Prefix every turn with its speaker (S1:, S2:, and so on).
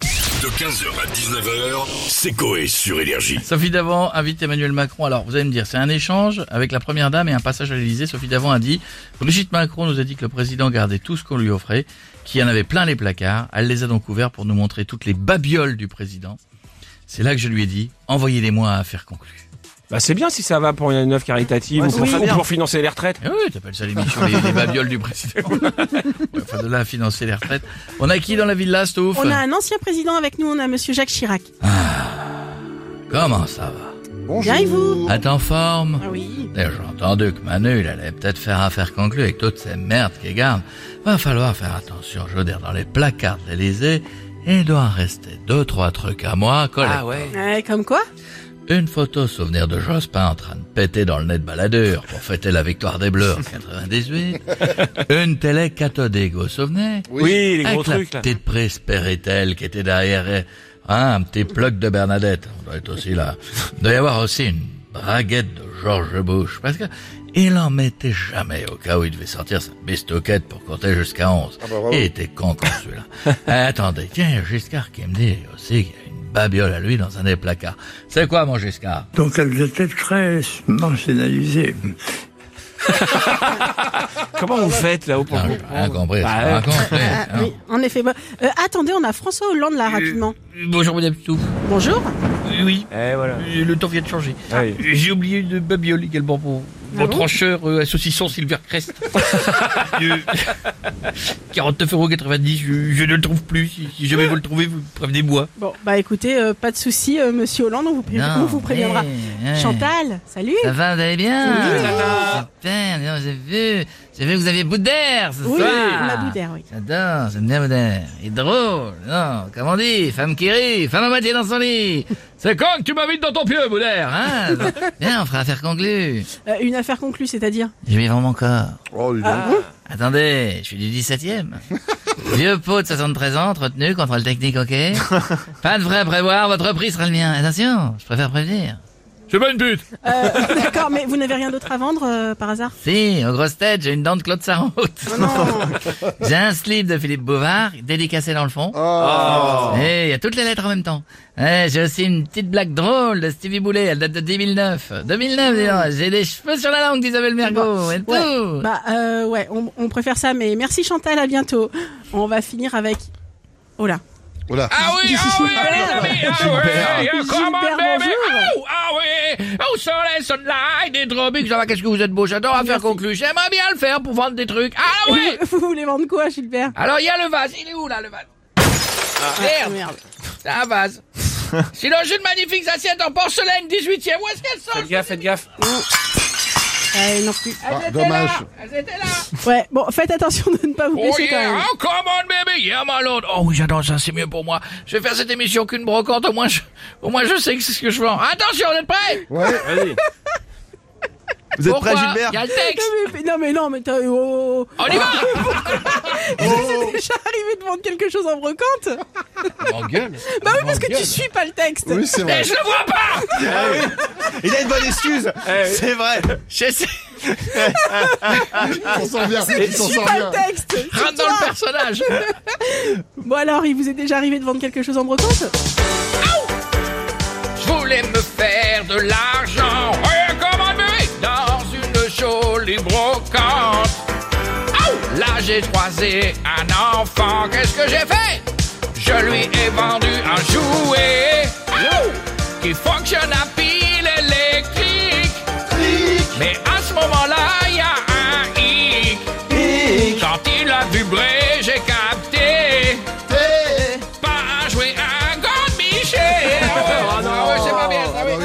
S1: De 15h à 19h, c'est Coé sur Énergie.
S2: Sophie Davant invite Emmanuel Macron. Alors, vous allez me dire, c'est un échange avec la première dame et un passage à l'Élysée. Sophie Davant a dit Brigitte Macron nous a dit que le président gardait tout ce qu'on lui offrait, qu'il en avait plein les placards. Elle les a donc ouverts pour nous montrer toutes les babioles du président. C'est là que je lui ai dit envoyez-les-moi à affaire conclue.
S3: Bah c'est bien si ça va pour une œuvre caritative
S4: Ouais,
S3: ou,
S4: c'est
S3: pour,
S4: très
S3: ou
S4: bien.
S3: pour financer les retraites.
S2: Eh oui, t'appelles ça l'émission les, les babioles du président. Ouais, enfin, de là à financer les retraites. On a qui dans la villa, Stouff
S5: On a un ancien président avec nous, on a monsieur Jacques Chirac.
S2: Comment ça va
S4: Bonjour.
S5: Bien et vous
S2: T'es en forme
S5: Ah oui.
S2: D'ailleurs, j'ai entendu que Manu, il allait peut-être faire affaire conclue avec toutes ces merdes qu'il garde. Va falloir faire attention, je veux dire, dans les placards de l'Elysée, il doit rester deux, trois trucs à moi, collègue.
S3: ouais.
S5: Ouais, comme quoi
S2: Une photo souvenir de Jospin en train de péter dans le nez de baladeur pour fêter la victoire des Bleus en 98. Une télé cathodique, vous vous souvenez?
S3: Oui, les gros
S2: Avec la
S3: trucs là.
S2: petite prise Péritel qui était derrière, et, hein, un petit plug de Bernadette. On doit être aussi là. Il doit y avoir aussi une braguette de George Bush. Parce que, il en mettait jamais au cas où il devait sortir sa bistoquette pour compter jusqu'à 11.
S5: Ah,
S4: bah, bravo.
S2: il était con con celui-là. Eh, Attendez, tiens, il y a Giscard qui me dit aussi qu'il y a une babiole à lui dans un des placards. C'est quoi mon Giscard
S6: Donc elles étaient très marginalisées.
S3: Comment vous faites
S4: Ah,
S3: là-haut pour
S2: Non, Ah, j'ai
S3: comprendre
S2: rien compris.
S3: Bah,
S2: j'ai rien
S3: ouais.
S2: compris,
S5: Ah,
S2: non.
S5: Oui, en effet. Bon, euh, attendez, on a François Hollande là rapidement.
S2: Bonjour, madame Tout.
S5: Bonjour.
S2: Oui,
S3: Eh voilà.
S2: euh, le temps vient de changer.
S3: Ah oui.
S2: J'ai oublié une babiole également pour
S5: Ah
S2: mon
S5: bon
S2: trancheur euh, à saucisson Silvercrest. Euh, 49,90€, je, je ne le trouve plus. Si, si jamais vous le trouvez, vous prévenez-moi.
S5: Bon, bah écoutez, euh, pas de souci, euh, monsieur Hollande, on vous, pré- on vous préviendra.
S2: hein.
S5: Chantal, salut.
S2: Ça va, vous allez bien
S5: Oui.
S2: Super, dis donc, j'ai vu, j'ai vu que vous aviez Boudère ce
S5: Oui,
S2: soir
S5: on a Boudère, oui.
S2: J'adore, j'aime bien Boudère. Il est drôle, non, comment on dit, femme qui rit, femme à moitié dans son lit. C'est con que tu m'invites dans ton pieu, Boudère, hein Bien, on fera affaire conclue.
S5: Euh, une affaire conclue, c'est-à-dire
S2: Je vais vendre mon corps.
S4: Oh, dis donc.
S2: Attendez, je suis du 17e. Vieux pot de 73 ans, entretenu contre le technique hockey. Pas de vrai à prévoir, votre prix sera le mien. Attention, je préfère prévenir. C'est pas une pute
S5: Euh, D'accord, mais vous n'avez rien d'autre à vendre euh, par hasard
S2: Si, aux grosses têtes, j'ai une dent de Claude Sarraute.
S5: Oh non.
S2: J'ai un slip de Philippe Bouvard, dédicacé dans le fond.
S4: Oh.
S2: Et il y a toutes les lettres en même temps. Eh, j'ai aussi une petite blague drôle de Stevie Boulet, elle date de 2009. 2009, dis donc, j'ai des cheveux sur la langue d'Isabelle Mergo, et tout
S5: Ouais. Bah euh, ouais, on, on préfère ça, mais merci Chantal, à bientôt. On va finir avec. Oh là.
S4: Oh là.
S7: Ah oui, ah oui,
S5: Gilbert.
S7: les amis, ah oui,
S5: Gilbert.
S7: come on,
S5: Gilbert,
S2: ah
S7: baby,
S5: bonjour.
S7: oh, ah oui, au soleil, sunlight, des drobiques,
S2: Ça va, qu'est-ce que vous êtes beau, j'adore à faire conclure. J'aimerais bien le faire pour vendre des trucs. Ah oui
S5: Vous, vous voulez vendre quoi, Gilbert
S2: Alors, il y a le vase. Il est où, là, le vase
S5: Ah,
S2: Merde,
S5: merde.
S2: c'est un vase. Sinon, j'ai une magnifique assiette en porcelaine 18e. Où est-ce qu'elles
S3: Faites
S2: sont
S3: gaffe, faites gaffe.
S5: Euh, non plus.
S2: Elles
S4: Ah,
S2: étaient
S4: dommage.
S2: là, Elles étaient là
S5: Ouais, bon, faites attention de ne pas vous
S7: oh
S5: blesser quand même.
S7: yeah, oh come on, baby, yeah, my lord,
S2: Oh oui, j'adore ça, c'est mieux pour moi. Je vais faire cette émission qu'une brocante, au moins je, au moins je sais que c'est ce que je vends. Attention, vous êtes prêts
S4: Ouais.
S3: Vas-y.
S4: Vous êtes prêts,
S2: Pourquoi
S4: Gilbert
S2: Il y a le texte
S5: Non mais, non mais non mais t'as- oh, oh, oh.
S2: On y va
S5: C'est déjà arrivé de vendre quelque chose en brocante
S2: Mon gueule
S5: Bah oui parce que tu suis pas le texte
S4: Oui, c'est vrai.
S7: et je le vois pas,
S4: Il a une bonne excuse. C'est vrai.
S2: J'essaie
S4: Il s'en sort bien.
S5: Tu
S4: Il s'en
S5: suis
S4: sort
S5: pas
S4: bien.
S5: le texte C'est
S2: de rentrer dans
S5: toi.
S2: le personnage
S5: Bon alors, il vous est déjà arrivé de vendre quelque chose en brocante
S7: je voulais me faire de l'argent, oh yeah, come on, baby, dans une jolie brocante, Au, là j'ai croisé un enfant, qu'est-ce que j'ai fait Je lui ai vendu un jouet, Au, qui fonctionne à pile électrique, Mais à ce moment-là, il y a un hic. Quand il a vibré, j'ai capté. Pas un jouet, un grand bichet. Ah ouais, ah ouais, c'est pas bien.
S4: Ah bah oui,